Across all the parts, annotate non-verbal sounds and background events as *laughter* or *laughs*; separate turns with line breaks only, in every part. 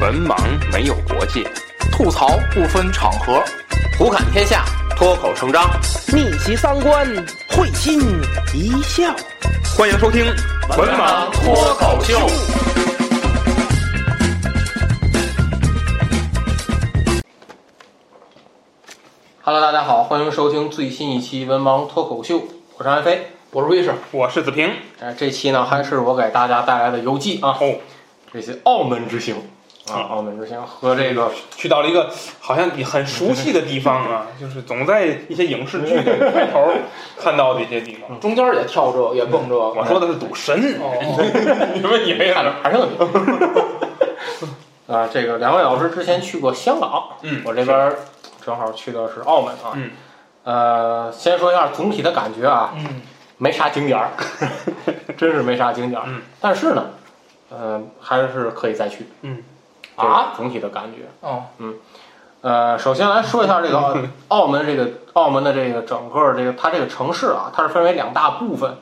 文盲没有国界，吐槽不分场合，胡侃天下，脱口成章。
逆袭三观，会心一笑。
欢迎收听《文盲脱口秀》。
Hello，大家好，欢迎收听最新一期《文盲脱口秀》，我是安飞。
我是卫士，
我是子平。
哎，这期呢还是我给大家带来的游记啊，
哦，
这些澳门之行啊
嗯，
澳门之行和这个
去到了一个好像你很熟悉的地方 *laughs* 啊，就是总在一些影视剧的开头看到的一些地方。
*laughs* 中间也跳这，也蹦这。
我说的是赌神，
哦，
*laughs* 你们以为
看着
呢？
还是有名。 *laughs* 啊，这个两位老师之前去过香港，
嗯，
我这边儿正好去的是澳门啊。
嗯。
呃，先说一下总体的感觉啊，
嗯，
没啥景点
*laughs*
儿，真是没啥景点儿。
嗯。
但是呢，呃，还是可以再去。
嗯。
啊，总体的感觉。
哦，
呃，首先来说一下
*laughs*
这个澳门这个澳门的这个整个这个它这个城市啊，它是分为两大部分，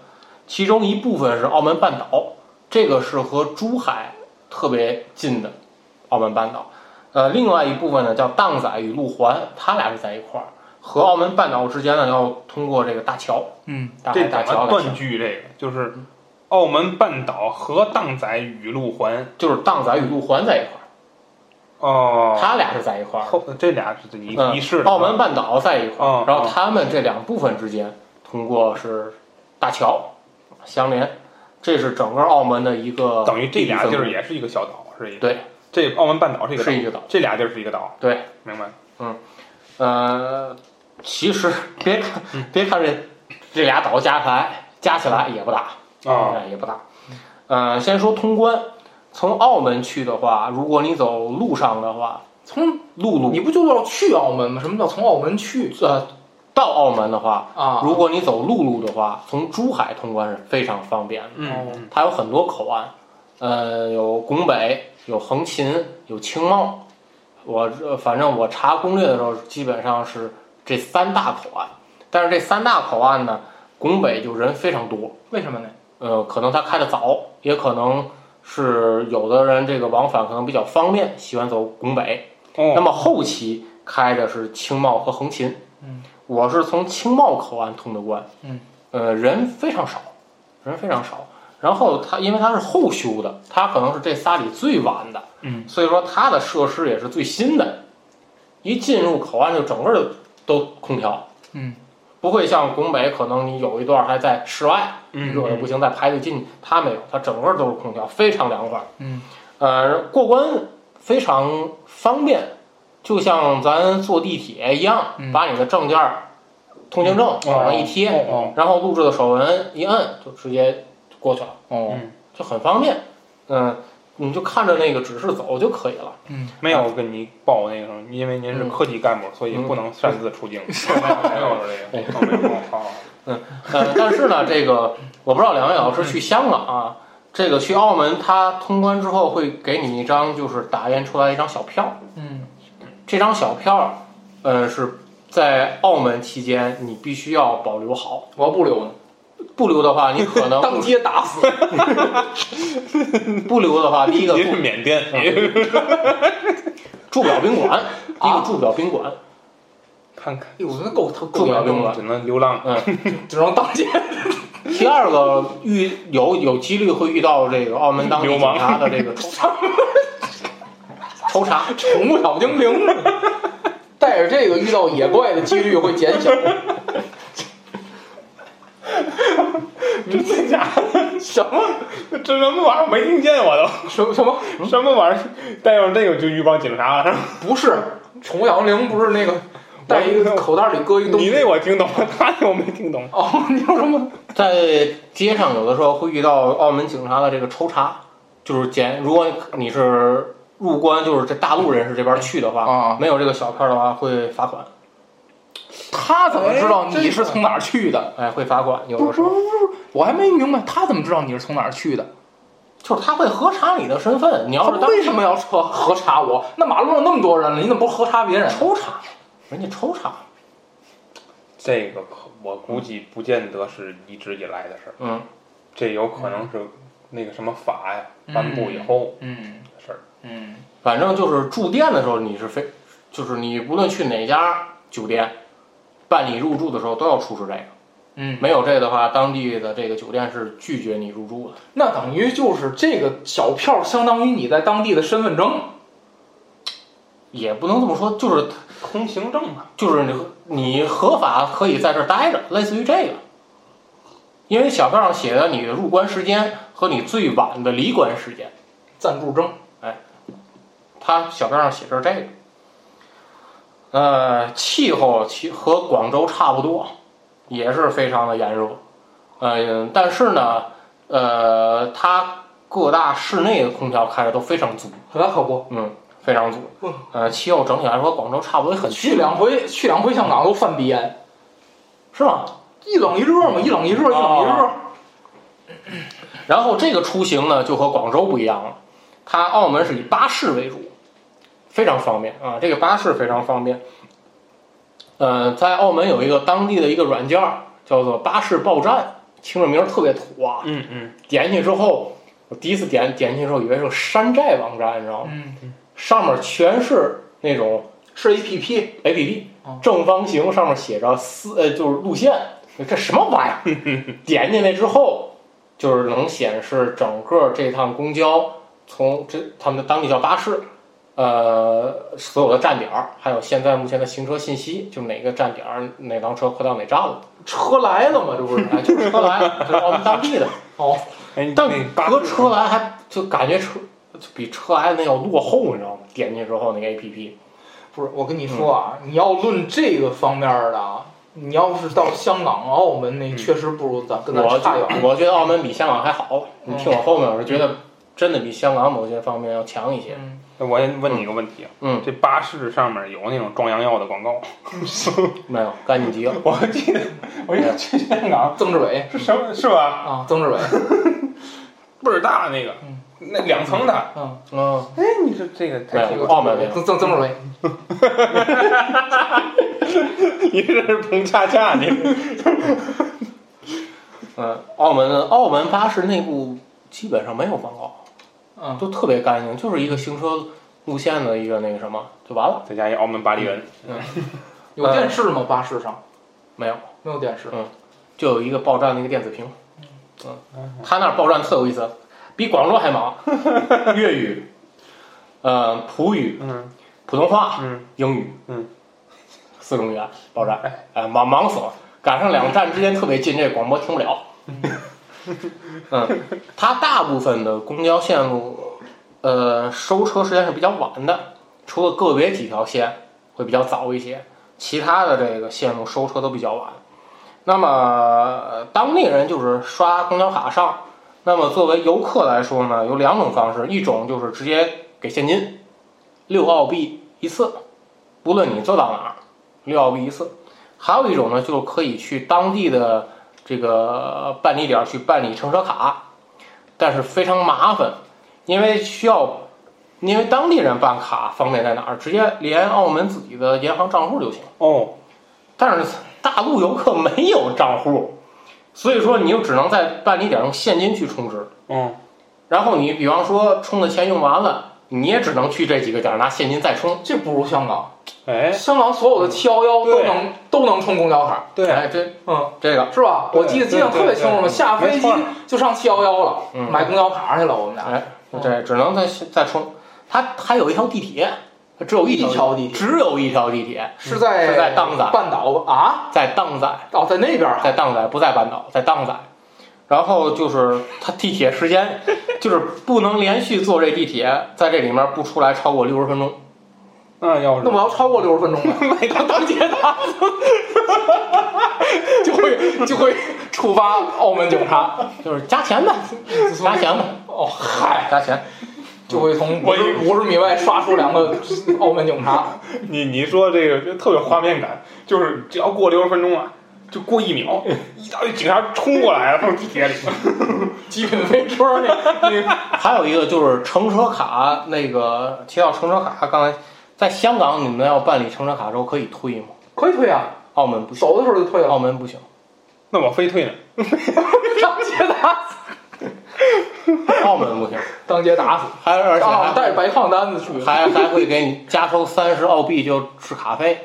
其中一部分是澳门半岛，这个是和珠海特别近的澳门半岛。呃，另外一部分呢叫荡仔与路环，它俩是在一块儿，和澳门半岛之间呢要通过这个大桥，
嗯，
大
这
海
怎
大
么
桥来
啊断
桥，
句？这个就是澳门半岛和荡仔与路环。
就是荡仔与路环在一块儿，
哦，
它俩是在一块儿。
后这俩是一
嗯
一式的。
澳门半岛在一块
哦
儿，然后
哦
他们这两部分之间通过是大桥相连，这是整个澳门的一个
等于这俩地
地理分
儿
布
也是一个小岛，是一个
对，
这澳门半岛是一个岛
是，一个岛。
这俩地儿是一个岛。
对，
明白。
呃，
*laughs*
其实别看
嗯
别看这这俩岛加起来加起来也不大，
啊，
哎也不大。呃，先说通关，从澳门去的话，如果你走路上的话，
从
陆路
你不就要去澳门吗？什么叫从澳门去
呃到澳门的话，
啊？
如果你走陆路的话，从珠海通关是非常方便的。
嗯，嗯
它有很多口岸，呃，有拱北，有横琴，有青茂。我呃反正我查攻略的时候，基本上是这三大口岸。但是这三大口岸呢，拱北就人非常多，
为什么呢？
呃，可能它开的早，也可能是有的人这个往返可能比较方便，喜欢走拱北。那
哦，
么后期开的是青茂和横琴。
嗯，
我是从青茂口岸通的关。
嗯，
呃，人非常少，人非常少。然后它因为它是后修的，它可能是这仨里最晚的。
嗯，
所以说它的设施也是最新的。一进入口岸就整个就都空调。
嗯，
不会像拱北，可能你有一段还在室外，
嗯
热的不行再排队进去，它没有，它整个都是空调，非常凉快。
嗯，
呃，过关非常方便，就像咱坐地铁一样，
嗯
把你的证件儿、通行证往上一贴，
哦
然后录制的手纹一摁就直接过去了，
哦哦，
嗯，
就很方便。嗯、你就看着那个指示走就可以了。
嗯，
没有跟你报那个什么，因为您
嗯
是科级干部，所以不能擅自出境。
*laughs*
没有
哎
这个，哦没有。哦
呃，但是呢，这个我不知道两位老师去香港啊，这个去澳门，他通关之后会给你一张就是打印出来一张小票，
嗯，
这张小票，呃，是在澳门期间你必须要保留好，
我要不留呢，
不留的话你可能
当街打死。
*laughs* 不嗯留的话，第一个
您是
住呃
缅甸，
住不了宾馆，第一个住不了宾馆，
看看，
哎呦，那够够
住不
严
了宾
重
馆
了，
只能流浪。
只能 *laughs* 当街。
呃第二个遇有有几率会遇到这个澳门当地警察的这个抽查，抽查。
宠物小精灵， *laughs* 带着这个遇到野怪的几率会减小。
真的假的？
什么
*laughs* 这什么玩意儿？我没听见我都。
*laughs* 什么什么？
嗯
什么玩意儿？带上这个就遇帮警察了。是吧
不是宠物小精灵，不是那个带一个口袋里搁一个东西。
你那我听懂，他那我没听懂。
哦，你说什么？
在街上有的时候会遇到澳门警察的这个抽查，就是检，如果你是入关，就是这大陆人士这边去的话，
啊
没有这个小票的话会罚款，
他怎么知道你是从哪儿去的？
哎，会罚款。有
不
的时
是
候
不哎是不是，我还没明白他怎么知道你是从哪儿去的。
就是他会核查你的身份，你要
他
是当
为什么要核核查我？那马路上那么多人了，你怎么不核查别人？啊
抽查，人家抽查，
这个可我估计不见得是一直以来的事儿，
嗯，
这有可能是那个什么法呀颁布以后，
嗯，
事儿。
嗯
反正就是住店的时候，你是非，就是你不论去哪家酒店办理入住的时候，都要出示这个。
嗯，
没有这的话，当地的这个酒店是拒绝你入住的。
那等于就是这个小票，相当于你在当地的身份证。
也不能这么说，就是
通行证吧，
就是你你合法可以在这儿待着，类似于这个。因为小票上写的你的入关时间和你最晚的离关时间，
暂住证，
它小票上写着这个。呃，气候其和广州差不多，也是非常的炎热。呃，但是呢，呃，它各大室内的空调开的都非常足，
那可不，
嗯，非常足。呃，气候整体来说，广州差不多也很
去两回，去两回香港都犯鼻炎，
是吗？
一冷一热嘛，一冷一热，一冷一热。
然后这个出行呢，就和广州不一样了，它澳门是以巴士为主，非常方便啊，这个巴士非常方便。呃，在澳门有一个当地的一个软件儿叫做巴士报站，听着名儿特别土啊，
嗯嗯
点进去之后，我第一次点点进去之后，以为是个山寨网站，你知道吗？
嗯，
上面全是那种
是 A P P，
A P P
哦
正方形上面写着四呃就是路线，这什么玩意儿？
*laughs*
点进来之后，就是能显示整个这趟公交从这他们的当地叫巴士，呃所有的站点儿，还有现在目前的行车信息，就哪个站点儿哪趟车快到哪站了，
车来了嘛，这不是？
哎，就是车来，
*laughs*
这是澳门当地的。
哦，
哎，
但
那八
和车来还就感觉车就比车来那要落后，你知道吗？点进去之后那个 A P P，
不是，我跟你说啊，你要论这个方面的啊，你要是到香港、澳门那，
嗯
确实不如咱跟咱
我
差远了。嗯
觉我觉得澳门比香港还好。你听我后面，我是觉得真的比香港某些方面要强一些。
嗯，
那我先问你一个问题啊，
嗯，
这巴士上面有那种壮阳药的广告？
嗯
没有，干净极了。
*laughs* 我记得，我记得去香港
曾志伟
是什么是吧？
啊，曾志伟，
倍儿大那个
嗯，
那两层的。
嗯，
嗯，
哎，你说这个
没
太奇
有，
怪，
澳门没有。
曾曾曾志伟，
你这是彭恰恰你。
*laughs* 嗯，澳门澳门巴士内部基本上没有广告，
嗯，
都特别干净，就是一个行车路线的一个那个什么就完了。
再加一澳门巴黎人，
有电视吗？巴士上
没有，
没有电视。
就有一个报站的一个电子屏。嗯，他那儿报站特有意思，比广州
*laughs*
还忙。粤语，呃，普语、
嗯
普通话，
嗯，
英语，
嗯，
四种语言爆炸，哎，忙忙死了，赶上两站之间特别近，这广播听不
*laughs*
了。嗯，它大部分的公交线路，呃，收车时间是比较晚的，除了个别几条线会比较早一些，其他的这个线路收车都比较晚。那么呃当地人就是刷公交卡上，那么作为游客来说呢，有两种方式，一种就是直接给现金，六澳币一次，不论你坐到哪儿，六澳币一次。还有一种呢，就是可以去当地的这个办理点儿去办理乘车卡，但是非常麻烦，因为需要，因为当地人办卡方便在哪儿，直接连澳门自己的银行账户就行。
哦，
但是大陆游客没有账户，所以说你就只能在办理点儿用现金去充值。
嗯，
然后你比方说充的钱用完了，你也只能去这几个点儿拿现金再充。
这不如香港，
哎，
香港所有的七幺幺都
对
能都能充公交卡，
对，
哎，这
嗯，
这个
是吧？
对
我记得记得
对
特别清楚，
对对
下飞
没
机
错嗯
就上七幺幺了，
嗯
买公交卡去了，我们俩
哎，对，只能再再充。它还有一条地铁，它只有一
一
条，
条地铁
只有一条地铁，
是在
是在荡仔
半岛吧啊，
在荡仔，
哦，在那边儿
在荡仔，不在半岛，在荡仔。然后就是它地铁时间， *laughs* 就是不能连续坐这地铁，在这里面不出来超过六十分钟。
那要是
那我要超过六十分钟
*laughs*
呢？
每个当街打，
就会就会触发澳门警察，
*laughs* 就是加钱呗，加钱呗，
哦嗨，
*laughs* 加钱。
就会
嗯
从五十五十米外刷出两个澳门警察，
你你说这个就特有画面感，就是只要过六十分钟啊，就过一秒，
嗯
一大堆警察冲过来了，从地铁里。 *laughs*
极品飞车那那个
还有一个就是乘车卡，那个提到乘车卡，刚才在香港你们要办理乘车卡的时候可以退吗？
可以退啊，
澳门不行，
走的 *laughs* 时候就退了。
澳门不行。
那我非退呢，
当街打，
澳门 *laughs* 不行，
当街打死，
还而且
啊，
还
带着白矿单子去，
还还会给你加收三十澳币，就吃咖啡，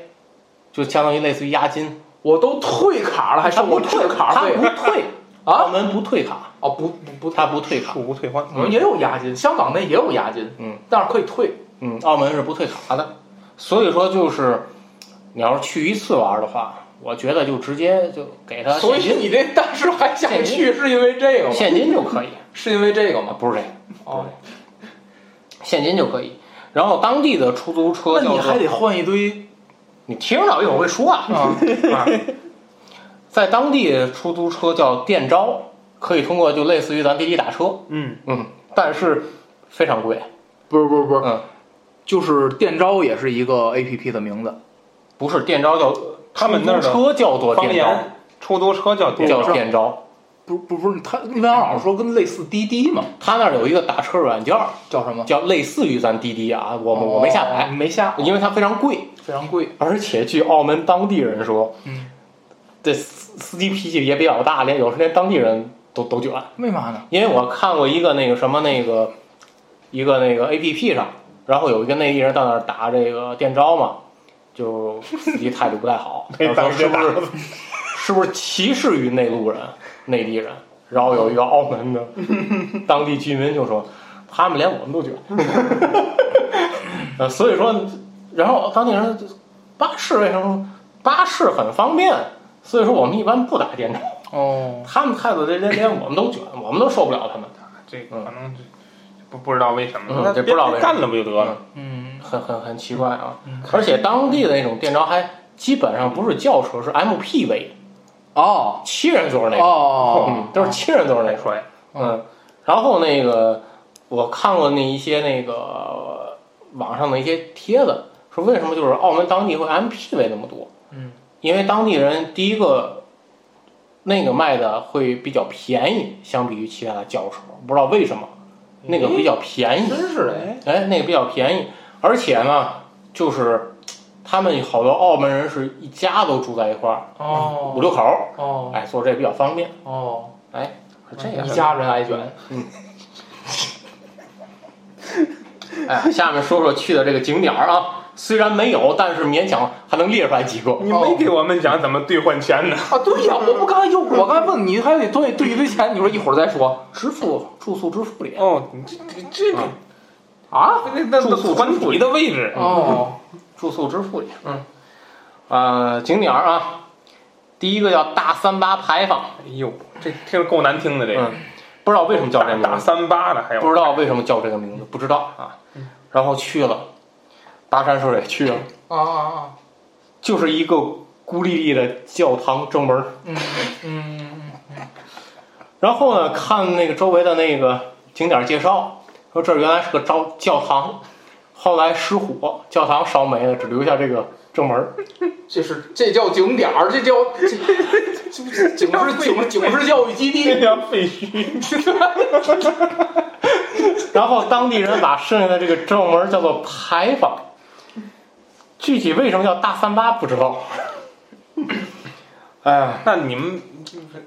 就相当于类似于押金。
我都退卡了，还
他
收
不
我
退
退
他
卡费
不退，澳
啊？
门不退卡，
哦，不不不退，
他不退卡。
恕不退换。
我们也有押金，香港那也有押金，
嗯，
但是可以退。
嗯，澳门是不退卡的，所以说就是，你要是去一次玩的话，我觉得就直接就给他
所
现
以
金，
你这当时还想去，是因为这个吗？
现金就可以
是因为这个
啊，
吗？
不是这个，
哦，
现金就可以。然后当地的出租车
那
叫
你
做
还得换一堆
你听着，一会儿我会说
*laughs*
啊。
啊，
啊，在当地出租车叫电招，可以通过就类似于咱滴滴打车，
嗯，
嗯，但是非常贵，
不是不是不是，
嗯
就是电招也是一个 A P P 的名字，
不是电招叫
他们那儿的
出租车叫做
方
电招，
言出租车叫电
叫电招。
不不不是他那边老师说跟类似滴滴嘛，
他那儿有一个打车软件儿，
叫什么？
叫类似于咱滴滴啊，我我没下
哦
载，
没下，
因为它非常贵，
非常贵。
而且据澳门当地人说，
嗯，
这司司机脾气也比较大，连有时连当地人都都卷。
为嘛呢？
因为我看过一个那个什么那个一个那个 A P P 上，然后有一个内地人到那儿打这个电招嘛，就司机态度不
*laughs*
太好，然后说是不是是不是歧视于内陆人、内地人？然后有一个澳门的当地居民就说，他们连我们都觉得，呃，所以说，然后当地人就巴士为什么巴士很方便？所以说我们一般不打电招，
哦，
他们态度连连连我们都卷，我们都受不了他们。
*laughs* 这个反正就不不知道为什么，
嗯
那
这不知道为什么
别干了不就得了？
嗯，
很很很奇怪啊
嗯！
而且当地的那种电招还基本上不是轿车，是 MPV，
哦
七人座那种，
哦
嗯，都是七人座那
太
种。
帅，
嗯，然后那个我看过那一些那个网上的一些帖子，说为什么就是澳门当地会 MPV 那么多？
嗯，
因为当地人第一个那个卖的会比较便宜，相比于其他的轿车，不知道为什么那个比较便宜。
真是哎，
哎，那个比较便宜，而且呢，就是他们好多澳门人是一家都住在一块儿，
哦
五六口儿，
哦
哎，坐这比较方便，哎
哦，
是这样
一。家人挨卷，
哎，下面说说去的这个景点儿啊，虽然没有，但是勉强还能列出来几个。
你没给我们讲怎么兑换钱呢？
啊，对呀，我不刚才又 *laughs* 我刚才问你，还得对对一堆钱，你说一会儿再说
支付住宿支付里，
*laughs* 哦，你这这这个
啊？
那那
住宿
那团体的位置，
哦，
住宿支付里，
嗯，
呃，景点儿啊，第一个叫大三巴牌坊，
哎呦，这听着够难听的这个，
嗯，不知道为什么叫这名
打
字。
三八的还
不
有，
知道为什么叫这个名字，不知道啊。然后去了，跋山涉水去了，
*laughs* 啊啊
就是一个孤立立的教堂正门儿。
啊，嗯嗯
然后呢，看那个周围的那个景点介绍，说这儿原来是个招教堂，后来失火，教堂烧没了，只留下这个正门儿。
嗯，这是这叫景点儿，这叫这这这警示警警示教育基
*laughs*
*laughs*
这
地，
叫废墟，
然后当地人把剩下的这个正门儿叫做牌坊，具体为什么叫大三八不知道。哎呀，
那你们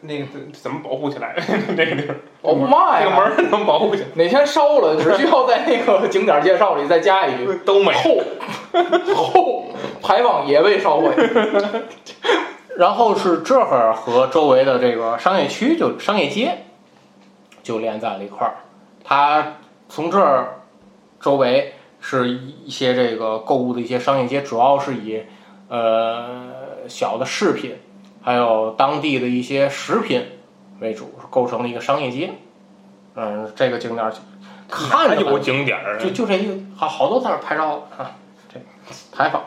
那个怎么保护起来？ *laughs* 那个地儿，
我妈
哎
那个门
呀！
儿怎么保护起来？
，Oh 哪天烧了，只需要在那个景点介绍里再加一句
都没
后后牌坊也被烧毁。
然后是这会儿和周围的这个商业区就商业街就连在了一块儿。它从这儿周围是一些这个购物的一些商业街，主要是以呃小的饰品，还有当地的一些食品为主，构成了一个商业街。嗯，这个景点儿看
哪
着
有景点儿啊
就就这一个，好好多在那儿拍照啊，这牌坊。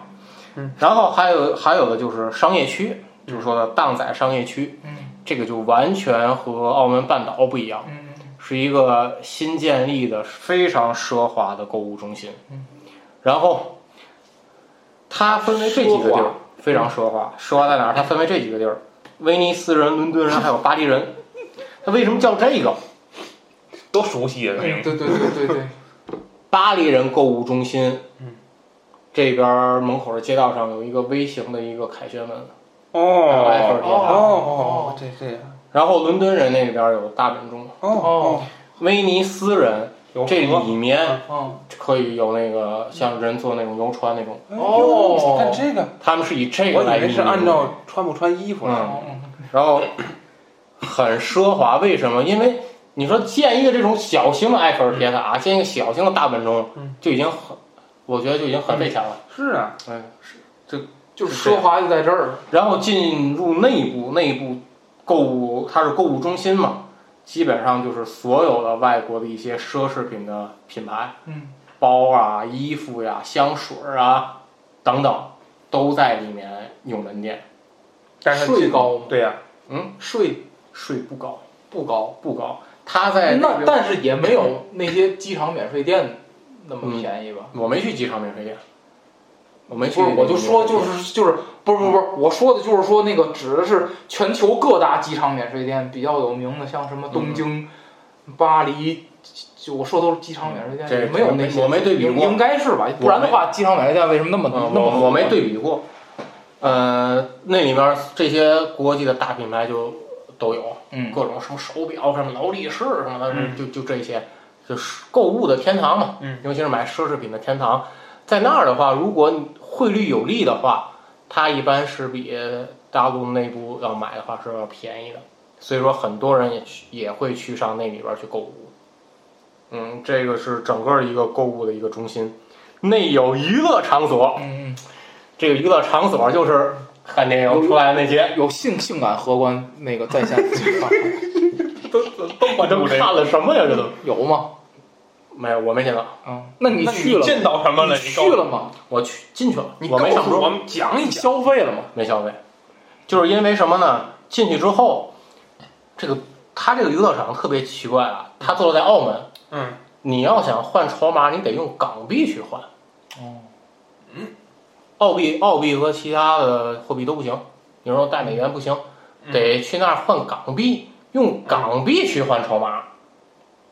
嗯，
然后还有还有的就是商业区，就是说的荡仔商业区，
嗯
这个就完全和澳门半岛不一样，
嗯
是一个新建立的非常奢华的购物中心。
嗯，
然后它分为这几个地
奢
儿
华，
非常奢华。奢华在哪儿？它分为这几个地儿：威尼斯人、伦敦人还有巴黎人。它为什么叫这个？
多熟悉啊！这
对
名字
对对对对，
巴黎人购物中心，
嗯，
这边儿门口的街道上有一个微型的一个凯旋门，埃菲
哦
尔铁塔。
哦，这这样
然后伦敦人那边有大本钟，
哦哦，
威尼斯人，
有
这
河
里面
嗯，
可以有那个像人做那种游船那种，
哎
哦
看这个，
他们是以这
我
个
以
来
为
命
是
名
按
的
照穿不穿衣服来。
哦
嗯然后很奢华。为什么？因为你说建一个这种小型的埃菲尔铁塔，建一个小型的大本钟
嗯，
就已经很，我觉得就已经很费钱了。
是啊，
嗯，是。
就是奢华就在这儿。
然后进入内部，内部购物，它是购物中心嘛，基本上就是所有的外国的一些奢侈品的品牌，
嗯，
包啊、衣服呀、香水儿啊等等，都在里面有门店。嗯
但是它
税
进
高吗
对呀，
税
税不高，
不高，
不高。它在这
那
个
但是也没有 *laughs* 那些机场免税店那么
嗯
便宜吧？
我没去机场免税店，我没去。
不是，我就说就是就是不是不是不是，我说的就是说那个指的是全球各大机场免税店比较有名的，像什么东京、巴黎，就我说都是机场免税店，
嗯这
也没有那些，
我没对比
应
过
应该是吧？不然的话，机场免税店为什么那么
嗯，
那么
我我没对比过。呃，那里面这些国际的大品牌就都有，
嗯
各种什么手表、什么劳力士什么的，
嗯
就就这些，就是购物的天堂嘛。
嗯，
尤其是买奢侈品的天堂，在那儿的话，如果你汇率有利的话，它一般是比大陆内部要买的话是要便宜的，所以说很多人也去也会去上那里边去购物。嗯，这个是整个一个购物的一个中心，内有娱乐场所，
嗯
这个娱乐场所就是看电影出来的那些，
嗯有性性感荷官那个
*laughs*
在线
都都都
我
*laughs* 关
这
注这个。
看了什么呀？这都
*laughs*
有吗？
没有，我没见到，
嗯，那你
那
去了
见
吗？
到什么了？
你去
告诉
了吗？
我去进去了，
你
我没
告
上
诉
桌
我，们讲一
你
讲。
消费了吗？
没消费，就是因为什么呢？进去之后，这个他这个娱乐场特别奇怪啊，他坐落在澳门，
嗯，
你要想换筹码，你得用港币去换，
哦，
嗯
澳币、澳币和其他的货币都不行，你说带美元不行，
嗯
得去那儿换港币，用港币去换筹码，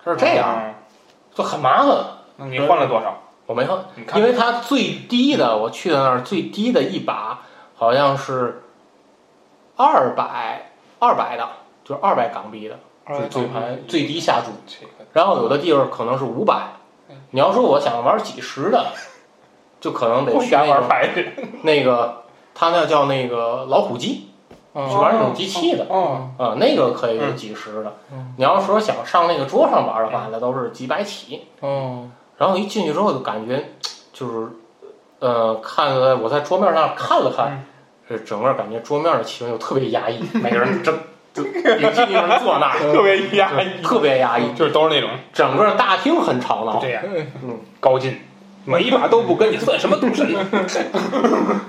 它是这样，
嗯。
就很麻烦。
那嗯你换了多少？
我没换，
你看
因为它最低的，我去的那儿最低的一把好像是二百二百的，就是二百港币的，
哎
就是最盘最低下注。
这个
然后有的地方可能是五百
嗯，
你要说我想玩几十的，就可能得
我
去那
瞎玩
个
牌去。
那个，他那叫那个老虎机，
嗯
去玩那种机器的
哦，
啊，那个可以有几十的
嗯。
你要说想上那个桌上玩
嗯
的话，那都是几百起。
哦，
然后一进去之后就感觉就是，呃，看了我在桌面上看了
嗯
看，这整个感觉桌面的气氛就特
*laughs*
别压抑，每个人真就有几个人坐那儿，
特别压抑，
就特别压抑，
就是都是那种
整个大厅很吵闹
这，样
嗯，
高进，每一把都不跟你算什么
*laughs*
赌神。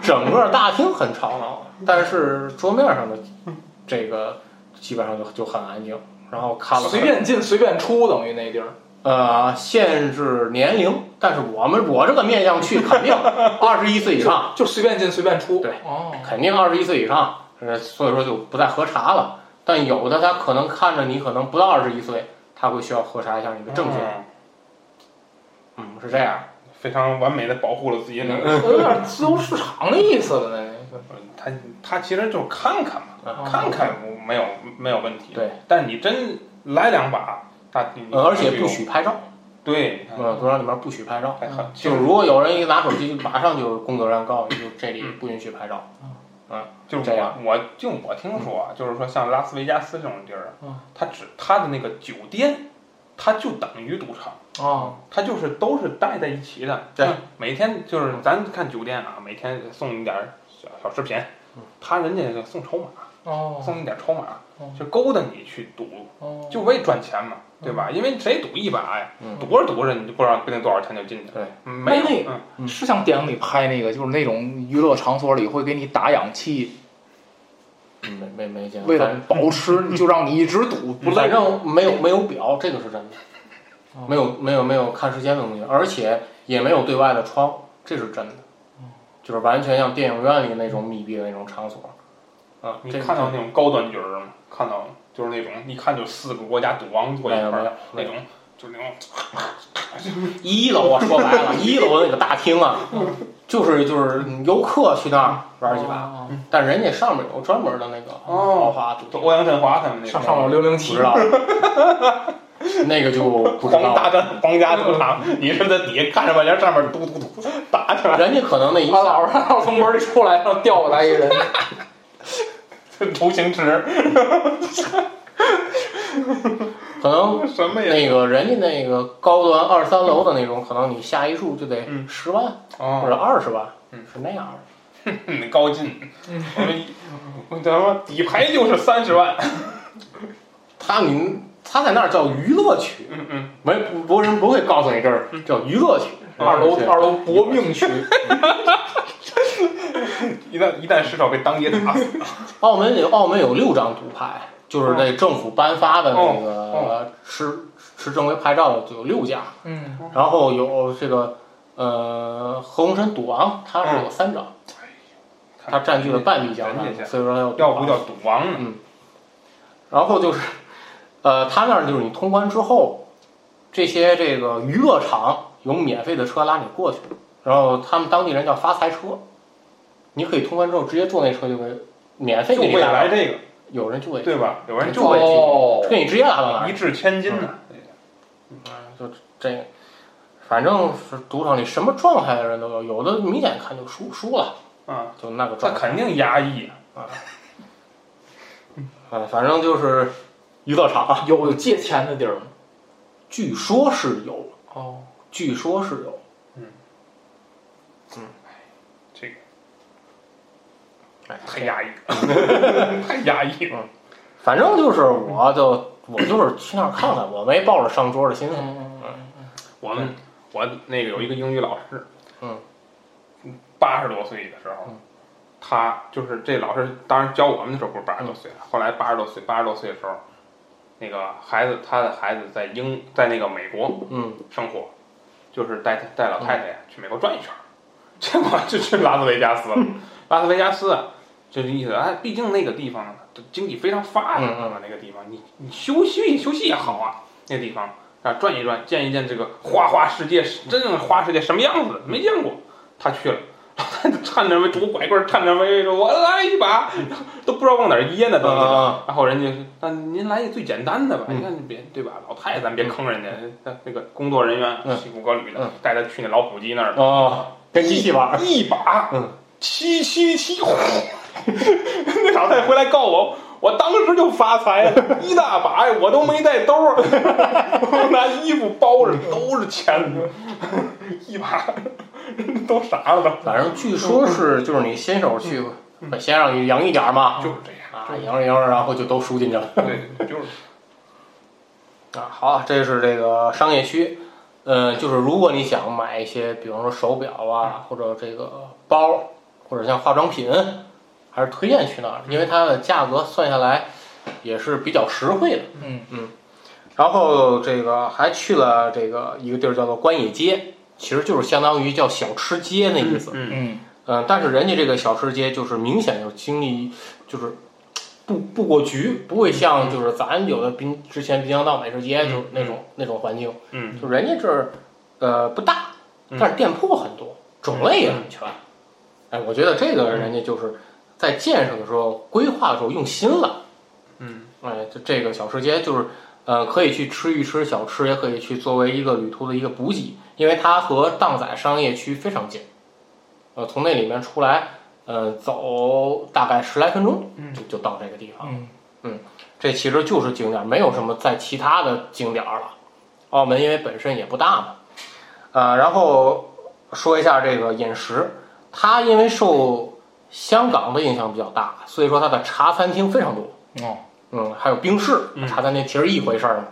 整个大厅很吵闹，但是桌面上的
嗯
这个基本上就就很安静。然后看了
随
看，
便进随便出，等于那地儿。
呃，限制年龄，但是我们我这个面相去
*laughs*
肯定二十一岁以上，
就随便进随便出。
对
哦，
肯定二十一岁以上，呃，所以说就不再核查了。但有的他可能看着你可能不到二十一岁，他会需要核查一下你的证件。
嗯
嗯，是这样。
非常完美的保护了自己的能力。呃
有点自由市场的意思了呢。哦
他他其实就是看看嘛，
那个
看，看没有没有问题。
对，
但你真来两把，那你
呃，而且不许拍照，
对，
呃，赌场里面不许拍照。
还很
就是如果有人一拿手机，马上就工作人员告诉你，就这里不允许拍照。
嗯就是
这
我
样
我就我听说啊，就是说像拉斯维加斯这种地儿啊
嗯，
它只它的那个酒店，它就等于赌场，
哦，
它就是都是待在一起的。
嗯对，嗯
每天就是咱看酒店啊，每天送你点儿小小食品
嗯，
他人家就送筹码，
哦，
送你点儿筹码
嗯，
就勾搭你去赌，
哦，
就为赚钱嘛，对吧？因为谁赌一把呀
嗯，
赌着赌着你就不知道不定多少钱就进去了。
对
嗯，没有
那那
嗯
是像电影里拍那个，就是那种娱乐场所里会给你打氧气，
嗯没没没见过。
为了
反
保持，就让你一直赌不
反
累。
正没有没有表，这个是真的
哦。
没有没有没有看时间的东西，而且也没有对外的窗，这是真的。就是完全像电影院里那种密闭的那种场所。
嗯
啊，
你
这个
看到那种高端局儿吗？看到就是那种一看就四个国家赌王坐一
没
块
有没
儿
有
那
没有
种，就是那种
一楼啊，说
*laughs*
白了，一楼那个大厅啊，
嗯
就是就是游客去那儿玩儿几把，
把，
但人家上面有专门的那个豪
哦，
华赌
欧阳震华他们那
上
种。 *laughs*
上面有零零
嗯不
七
知，道，那个就不知
皇
道了。
大战皇家赌
*laughs*
场，你是在底下看着半天，上面嘟嘟嘟 *laughs* 打起来，
人家可能那一
他老是他老从门里出来，然后掉过来一人，
周星驰
可能
什么也
那个人家那个高端二三楼的那种，可能你下一注就得
嗯
十万或
哦，
者二十万，
嗯
是那样的。
嗯高进，我们我他妈底牌就是三十万，
他你他在那儿叫娱乐区，
嗯嗯，
没不人不会告诉你这儿叫娱乐区，
二楼
是
二楼搏
嗯
命区，
*laughs* 一旦一旦失手被当街打 *laughs* 死，
澳门有澳门有六张独牌，就是那政府颁发的那
哦哦哦
个持持正规牌照的就有六家，
嗯，
然后有这个呃何鸿燊赌王，他是
嗯
有三张，他占据了半壁江
人家
山，
家
所以说他有
要不叫赌王呢？
然后就是，呃，他那儿就是你通关之后，这些这个娱乐场有免费的车拉你过去，然后他们当地人叫发财车，你可以通关之后直接坐那车就给免费
就
给你
未
拉
来
到，
这个
有人就会
对吧？有人就
会
为
哦，
给你直接拉到那儿
一，掷千金呢，
就这个，反正是赌场里什么状态的人都有，有的明显看就输输了，
啊，
就那个状
那
态，
肯定压抑，啊
嗯，反正就是娱乐场， *laughs*
有借钱的地儿吗？
据说是有，
哦，
据说是有。
太压抑， *laughs* 太压抑了。
反正就是我就我就是去那儿看看，我没抱着上桌的心思。
嗯
我们我那个有一个英语老师，
嗯，
八十多岁的时候，
嗯
他就是这老师，当然教我们的时候不是八十
嗯
多岁，后来八十多岁，八十多岁的时候，那个孩子他的孩子在英在那个美国
嗯，
生活，就是带带老太太呀去美国转一圈儿，结果就去拉斯维加斯了。拉斯维加斯啊，就是意思哎，毕竟那个地方经济非常发达嘛，那个地方你你休息休息也好啊，那地方啊转一转，见一见这个花花世界，真正的花世界什么样子没见过。他去了，他颤着为拄拐棍儿，颤着为说我来一把，都不知道往哪儿掖呢，都。
啊
然后人家说：“那您来一个最简单的吧，
嗯
你看你别对吧？老太太咱别坑人家，那那个工作人员
嗯
西骨革履的
嗯，
带他去那老虎机那儿，
哦，跟机器玩儿，
一把
嗯
七七七，呼那老太太回来告我，我当时就发
*laughs*
财了，一大把呀，我都没带兜儿， *laughs* 我拿衣服包着都是钱，一把都傻了都，
*laughs* 反正据说是就是你新手去，先让你赢一点儿嘛，
就是这样，
啊，赢着赢着，然后就都输进去了。
对，就是
啊，好，这是这个商业区。呃，就是如果你想买一些，比方说手表啊，或者这个包，或者像化妆品，还是推荐去那儿，因为它的价格算下来也是比较实惠的。
嗯
然后这个还去了这个一个地儿叫做关野街，其实就是相当于叫小吃街那意思。
嗯
嗯
嗯、但是人家这个小吃街就是明显就经历就是布布过局，不会像就是咱有的滨之前滨江道美食街就是那种、那种环境，
嗯，
就人家这儿呃不大，
嗯
但是店铺很多，种类也很全。哎，我觉得这个人家就是在建设的时候、规划的时候用心了。
嗯
哎，这这个小吃街就是，呃，可以去吃一吃小吃，也可以去作为一个旅途的一个补给，因为它和当仔商业区非常近，呃，从那里面出来，呃，走大概十来分钟
嗯
就就到这个地方。
嗯
这其实就是景点，没有什么在其他的景点了。澳门因为本身也不大嘛，呃，然后说一下这个饮食，它因为受香港的影响比较大，所以说它的茶餐厅非常多。
哦，
嗯，还有冰室
嗯
茶餐厅其实一回事儿嘛，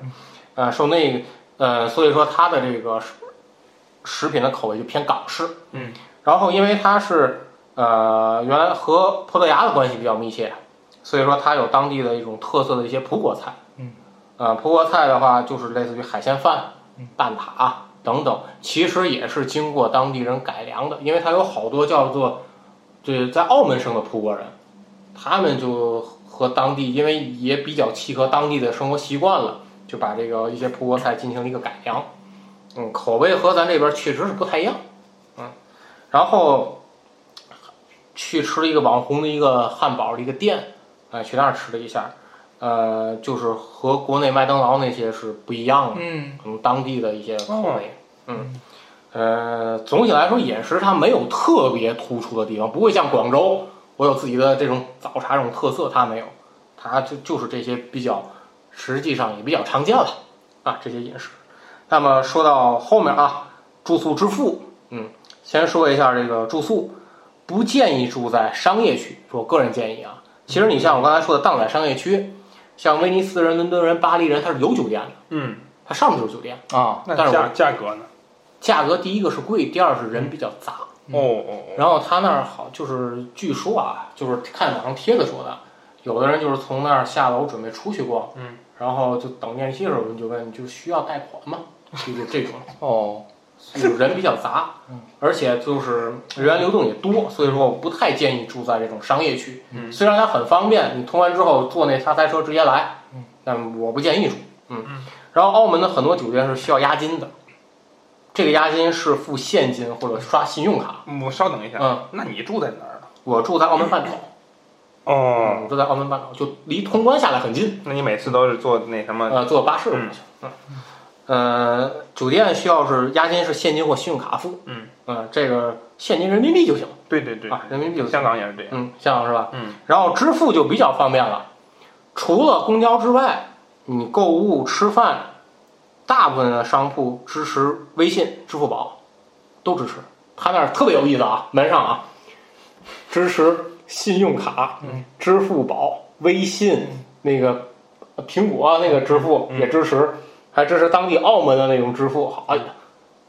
呃，受那个呃，所以说它的这个食食品的口味就偏港式，
嗯，
然后因为它是呃原来和葡萄牙的关系比较密切，所以说它有当地的一种特色的一些葡国菜，
嗯，
呃，葡国菜的话就是类似于海鲜饭
嗯、
蛋挞啊等等，其实也是经过当地人改良的，因为它有好多叫做对在澳门生的葡国人。他们就和当地，因为也比较契合当地的生活习惯了，就把这个一些葡国菜进行了一个改良。嗯，口味和咱这边确实是不太一样。嗯，然后去吃了一个网红的一个汉堡的一个店，哎、去那儿吃了一下。呃，就是和国内麦当劳那些是不一样的，
嗯
可能当地的一些口
哦
味。嗯，呃，总体来说，饮食它没有特别突出的地方，不会像广州，我有自己的这种早茶这种特色，它没有，它就就是这些比较，实际上也比较常见了啊，这些饮食。那么说到后面啊，住宿之父，嗯，先说一下这个住宿，不建议住在商业区，是我个人建议啊。其实你像我刚才说的当代商业区，像威尼斯人、伦敦人、巴黎人，它是有酒店的，
嗯，
它上面就是酒店。
啊，
那
但是
价价格呢？
价格第一个是贵，第二是人比较杂。
哦哦哦，
然后他那儿好，就是据说啊，就是看网上帖子说的，有的人就是从那儿下楼准备出去逛，
嗯，
然后就等电梯的时候，你就问，你就需要贷款吗？就就这种，
哦，
就是人比较杂，
嗯，
而且就是人员流动也多，所以说我不太建议住在这种商业区。
嗯
虽然它很方便，你通完之后坐那沙滩车直接来，
嗯，
但我不建议住。嗯
嗯，
然后澳门的很多酒店是需要押金的，这个押金是付现金或者刷信用卡。
我稍等一下，
嗯，
那你住在哪儿呢？啊
我住在澳门半岛，嗯
哦，
我住在澳门半岛，就离通关下来很近，
嗯那你每次都是坐那什么？
呃，坐巴士过
嗯
去。嗯，呃，酒店需要是押金是现金或信用卡付。
嗯
呃，这个现金人民币就行
对对对，
啊，人民币就行。
香港也是这样。
嗯，像是吧？
嗯，
然后支付就比较方便了，除了公交之外，你购物、吃饭，大部分的商铺支持微信、支付宝，都支持。他那儿特别有意思啊，门上啊，支持信用卡、
嗯
支付宝、微信，那个呃苹果那个支付
嗯
也支持，还支持当地澳门的那种支付，好，哎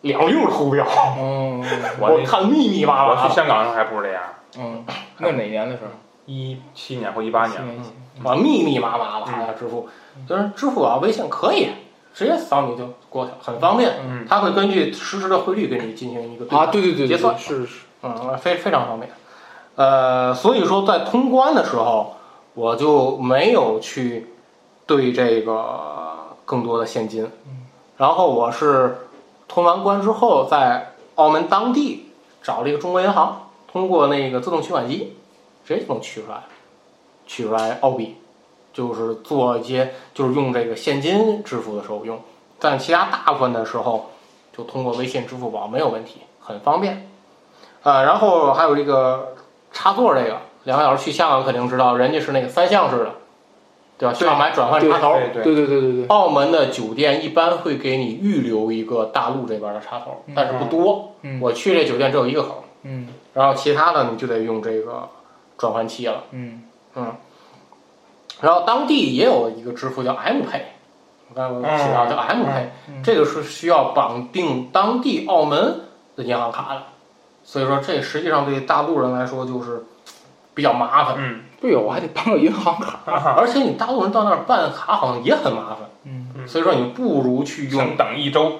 两溜图标，
嗯
我
我啊
那
看密密麻麻
我去
的，
香港的时候还不是这样，
嗯，那哪年的事儿？
一七年或一八年，
年，
啊，密密麻麻的，还要支付，
嗯
就是支付宝、微信可以直接扫你就过去，很方便。
嗯
它会根据实时的汇率给你进行一个对比
啊，，对对对，
结算
是是，
嗯，非非常方便。呃，所以说在通关的时候，我就没有去对这个更多的现金，然后我是通完关之后，在澳门当地找了一个中国银行，通过那个自动取款机，直接就能取出来，取出来澳币，就是做一些就是用这个现金支付的时候用，但其他大部分的时候就通过微信、支付宝没有问题，很方便。呃，然后还有这个插座这个，两位老师去香港肯定知道，人家是那个三项式的，对吧？需要买转换插头。
对对
对对对对对，
澳门的酒店一般会给你预留一个大陆这边的插头
嗯，
但是不多。
嗯
我去这酒店只有一个口，
嗯
然后其他的你就得用这个转换器了。
嗯，
然后当地也有一个支付叫 M Pay，我刚才提到叫 M Pay，、
嗯
这个是需要绑定当地澳门的银行卡的，所以说这实际上对大陆人来说就是比较麻烦，
嗯，
对呀，我还得办个银行卡，
啊
而且你大陆人到那儿办卡好像也很麻烦，
嗯
嗯
所以说你不如去用
省等一周，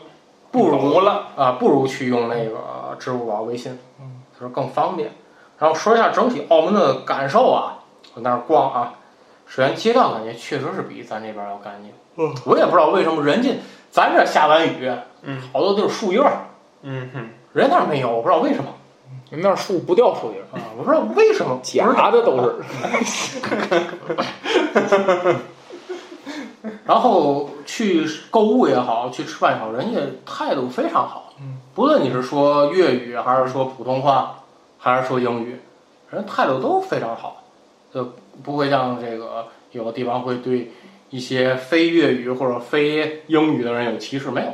不如
走了。
啊，不如去用那个支付宝、微信，
嗯，
就是更方便。然后说一下整体澳门的感受啊，我那儿逛啊，首先街道感觉确实是比咱这边儿要干净。
嗯，
我也不知道为什么人家咱这儿下完雨，
嗯
好多都是树叶儿，
嗯哼，
人那儿没有，我不知道为什么
人那儿树不掉树叶，
啊，我不知道为什么。
假的都是，
然后去购物也好，去吃饭也好，人家态度非常好。
嗯，
不论你是说粤语，还是说普通话，还是说英语，人态度都非常好，就不会像这个有的地方会对一些非粤语或者非英语的人有歧视，没有，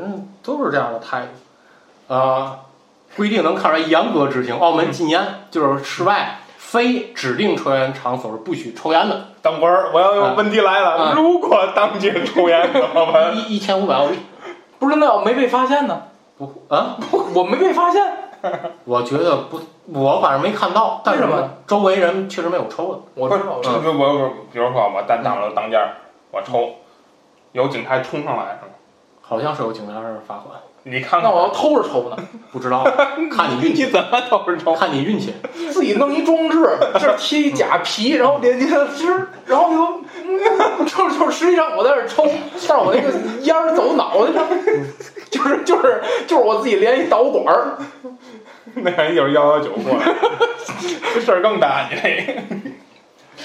人都是这样的态度。啊、规定能看出来严格哦执行。澳门禁烟，就是室外非指定抽烟场所是不许抽烟的。
等会儿我要
啊
有问题来了，
啊
如果当街抽烟怎么办？
*laughs* 一一千五百澳币，
*laughs* 不是那我没被发现呢，
不啊，
我没被发现，
我觉得不，我反正没看到，但是
为什么
我周围人确实没有抽啊的。
我
不
知
是，
道，
我我比如说我单挡了当间儿，我抽，有警察冲上来是吗？
好像是有警察罚款，
你看
那
看
我要偷着抽呢，
不知道，看你运气，
怎么都是抽？
看你运气。
*laughs* 自己弄一装置，这儿贴一假皮，然后连接吃，然后就，嗯就就实际上我在这儿抽，但是我那个烟儿走脑袋上， *laughs* 就是就是就是我自己连一导管儿，
*laughs* 那人就是幺幺九过来，这事儿更大，你这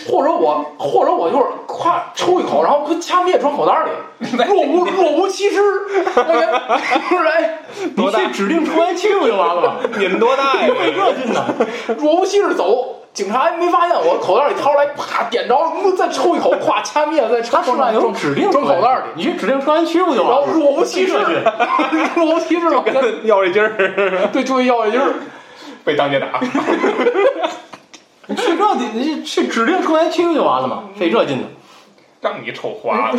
或者我或者我就是夸抽一口，然后掐灭装口袋里，若无若无其事。我觉得哎，
你去指定抽烟区不就完了吗？
*laughs*
你们多大呀？
费这劲呢？
若无其事走。警察没发现我口袋里掏出来，啪点着，嗯再抽一口，咵掐灭，再
他
插
手
装
上有
装
指定
装口袋里，
你去指定抽烟区不就
然
完
后
了吗？
若无其事， *laughs* 若无其事了。
要这劲儿，
对，注意要一劲儿。
被当街打。
你去这地，你去去指定抽烟区不就完了
嗯
吗？费这劲呢？
让你瞅花了，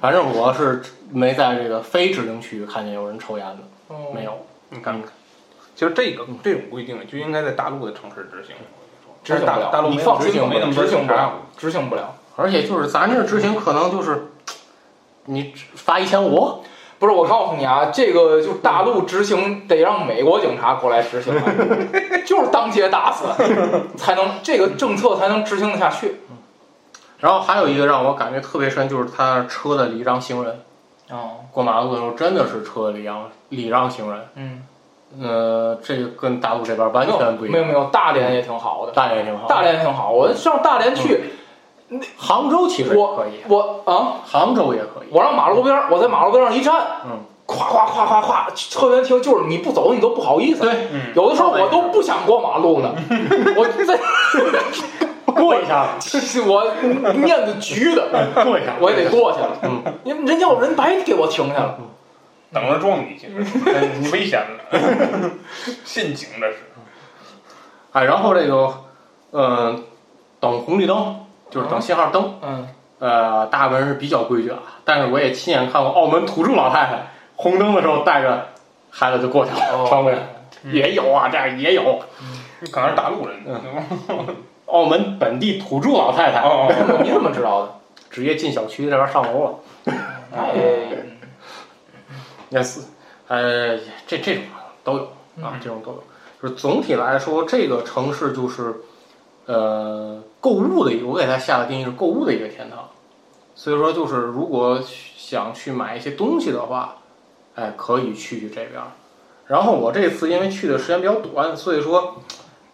反正我是没在这个非指定区看见有人抽烟的，
哦
没，有。
*laughs* 你看看，其实这个这种规定就应该在大陆的城市执行。
执行不
大
了
大陆
你
没
放
执
心
行
吧
没那么多
执行
警
不
察
了，执行不了。
而且就是咱这执行可能就是，你罚一千五，
不是，我告诉你啊，这个就大陆执行得让美国警察过来执 *laughs* 行啊，就是当街打 *laughs* 死，才能这个政策才能执行得下去。
然后还有一个让我感觉特别深，就是他那车的礼让行人，
哦，
过马路的时候真的是车的礼让礼让行人，
嗯，
呃，这个跟大陆这边完全不一
没有
样。
没有，大连也挺好的，
大连挺好，
大连也挺好。我上大连去，
杭州其实也可以，
我啊，
杭州也可以。
我让马路边儿，我在马路边儿上一站，
嗯，
咵咵咵咵咵，车员停，就是你不走你都不好意思。
对，
嗯，
有的时候我都不想过马路
*laughs*
了，我在 *laughs*
过一下，
我面子局的，
*laughs* 过一下。
我也得过去了。
嗯，
因为人家有人白给我停下了。
等着撞你去，你危险了， *laughs* 陷阱这是。
哎，然后这个，嗯，等红绿灯，就是等信号灯。
嗯，
呃，大部分人是比较规矩啊，但是我也亲眼看过澳门土著老太太红灯的时候带着孩子就过去了，
哦
穿过去了也有啊，这样也有。
你可能是大陆人，
嗯
对吧
澳门本地土著老太太
哦哦，
你怎么知道的？
直接进小区这边上楼了，
哎，
那是，呃，这这种都有啊，
嗯
这种都有。就是总体来说，这个城市就是，呃，购物的一个，我给它下的定义是购物的一个天堂。所以说，就是如果想去买一些东西的话，哎，可以去这边儿。然后我这次因为去的时间比较短，所以说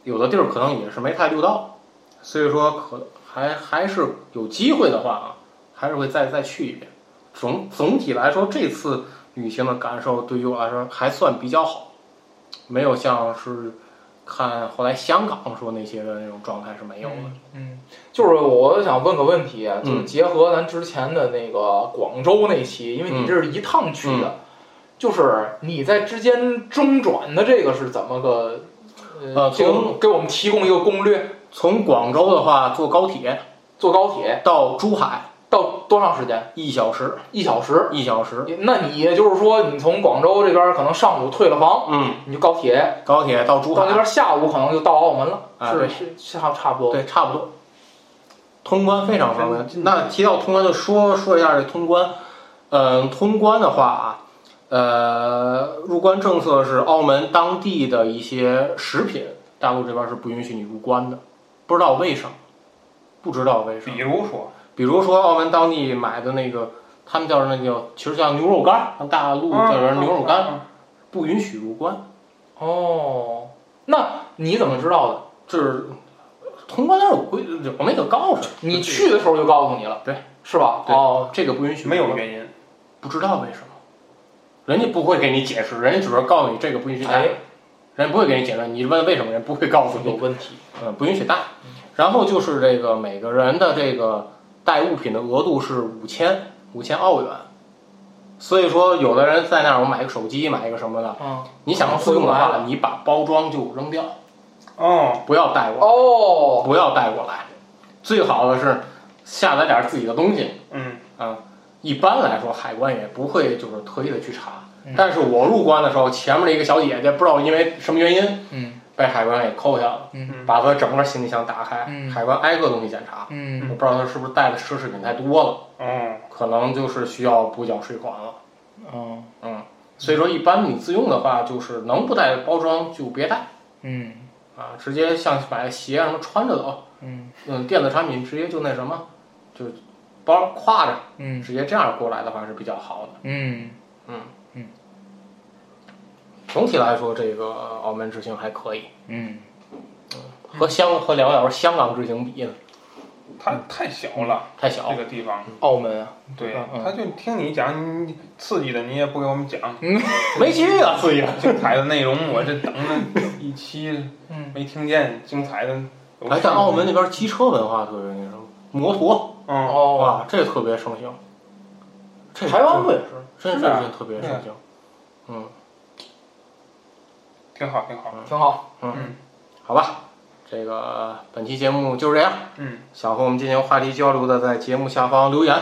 有的地儿可能也是没太溜到，所以说可还还是有机会的话啊，还是会再再去一遍。总总体来说，这次旅行的感受对于我来说还算比较好，没有像是看后来香港说那些的那种状态是没有的。
嗯，就是我想问个问题啊，就是
嗯
结合咱之前的那个广州那期，因为
嗯
你这是一趟去的，就是你在之间中转的这个是怎么个？
呃
这个给我们提供一个攻略。
从广州的话，坐高铁
坐高铁
到珠海
到多长时间？
一小时，
一小时。
一小时。
那你也就是说，你从广州这边可能上午退了房，
嗯，
你就高铁
高铁到珠
到那
海，
边下午可能就到澳门了，
啊
是
对
是差差不多。
对，差不多。通关非常方
嗯
便。那提到通关，就说说一下这通关。嗯，通关的话啊，呃，入关政策是澳门当地的一些食品，大陆这边是不允许你入关的，不知道为什么，不知道为什
比
么。
如说，
比如说澳门当地买的那个，他们叫那叫，其实叫牛肉干儿，大陆叫
嗯
人牛肉干儿，不允许入关。
哦，那你怎么知道的？
这是通关那儿有规有那个告示，
你去的时候就告诉你了，
对，
是吧？
对
哦，
这个不允许入
没
关，
有原因，
不知道为什么，人家不会给你解释，人家只是告诉你这个不允许带，
哎，
人家不会给你解释。你问为什么，人家不会告诉
有
你，
问题。
嗯，不允许带。然后就是这个每个人的这个带物品的额度是五千五千澳元，所以说有的人在那儿我买个手机买一个什么的，
嗯，
你想自用的话，你把包装就扔掉，
哦，
不要带过，
哦，
不要带过来。最好的是下载点自己的东西，
嗯，
啊一般来说，海关也不会就是特意的去查
嗯。
但是我入关的时候，前面的一个小姐姐不知道因为什么原因
嗯
被海关给扣下了，
嗯
把她整个行李箱打开，
嗯
海关挨个东西检查。
嗯
我不知道她是不是带的奢侈品太多了，
哦，
可能就是需要补缴税款了。
哦，
所以说，一般你自用的话，就是能不带包装就别带
嗯
啊，直接像买鞋啊什么穿着走，
嗯
嗯，电子产品直接就那什么，就包挎着，
嗯
直接这样过来的话是比较好的。
嗯，
总体来说，这个澳门之行还可以。
嗯，
和香和两个小时香港之行比呢，
它太小了，
太小
这。个地方。
澳门啊，
对
嗯，嗯
他就听你讲你刺激的，你也不给我们讲
没去啊，自己
精彩的内容，我这等了一期
嗯，
没听见精彩的。有
哎，但澳门那边机车文化特别那什么，摩托
嗯，
哦，
啊，这特别盛行。这
台湾不也是？
真
是
真
啊
是特别
对
盛
啊
行。
挺好，挺好。
挺好，
好吧，这个本期节目就是这样。
嗯，
想和我们进行话题交流的，在节目下方留言，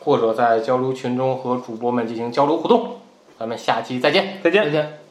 或者在交流群中和主播们进行交流互动。咱们下期再见。
再见
再见。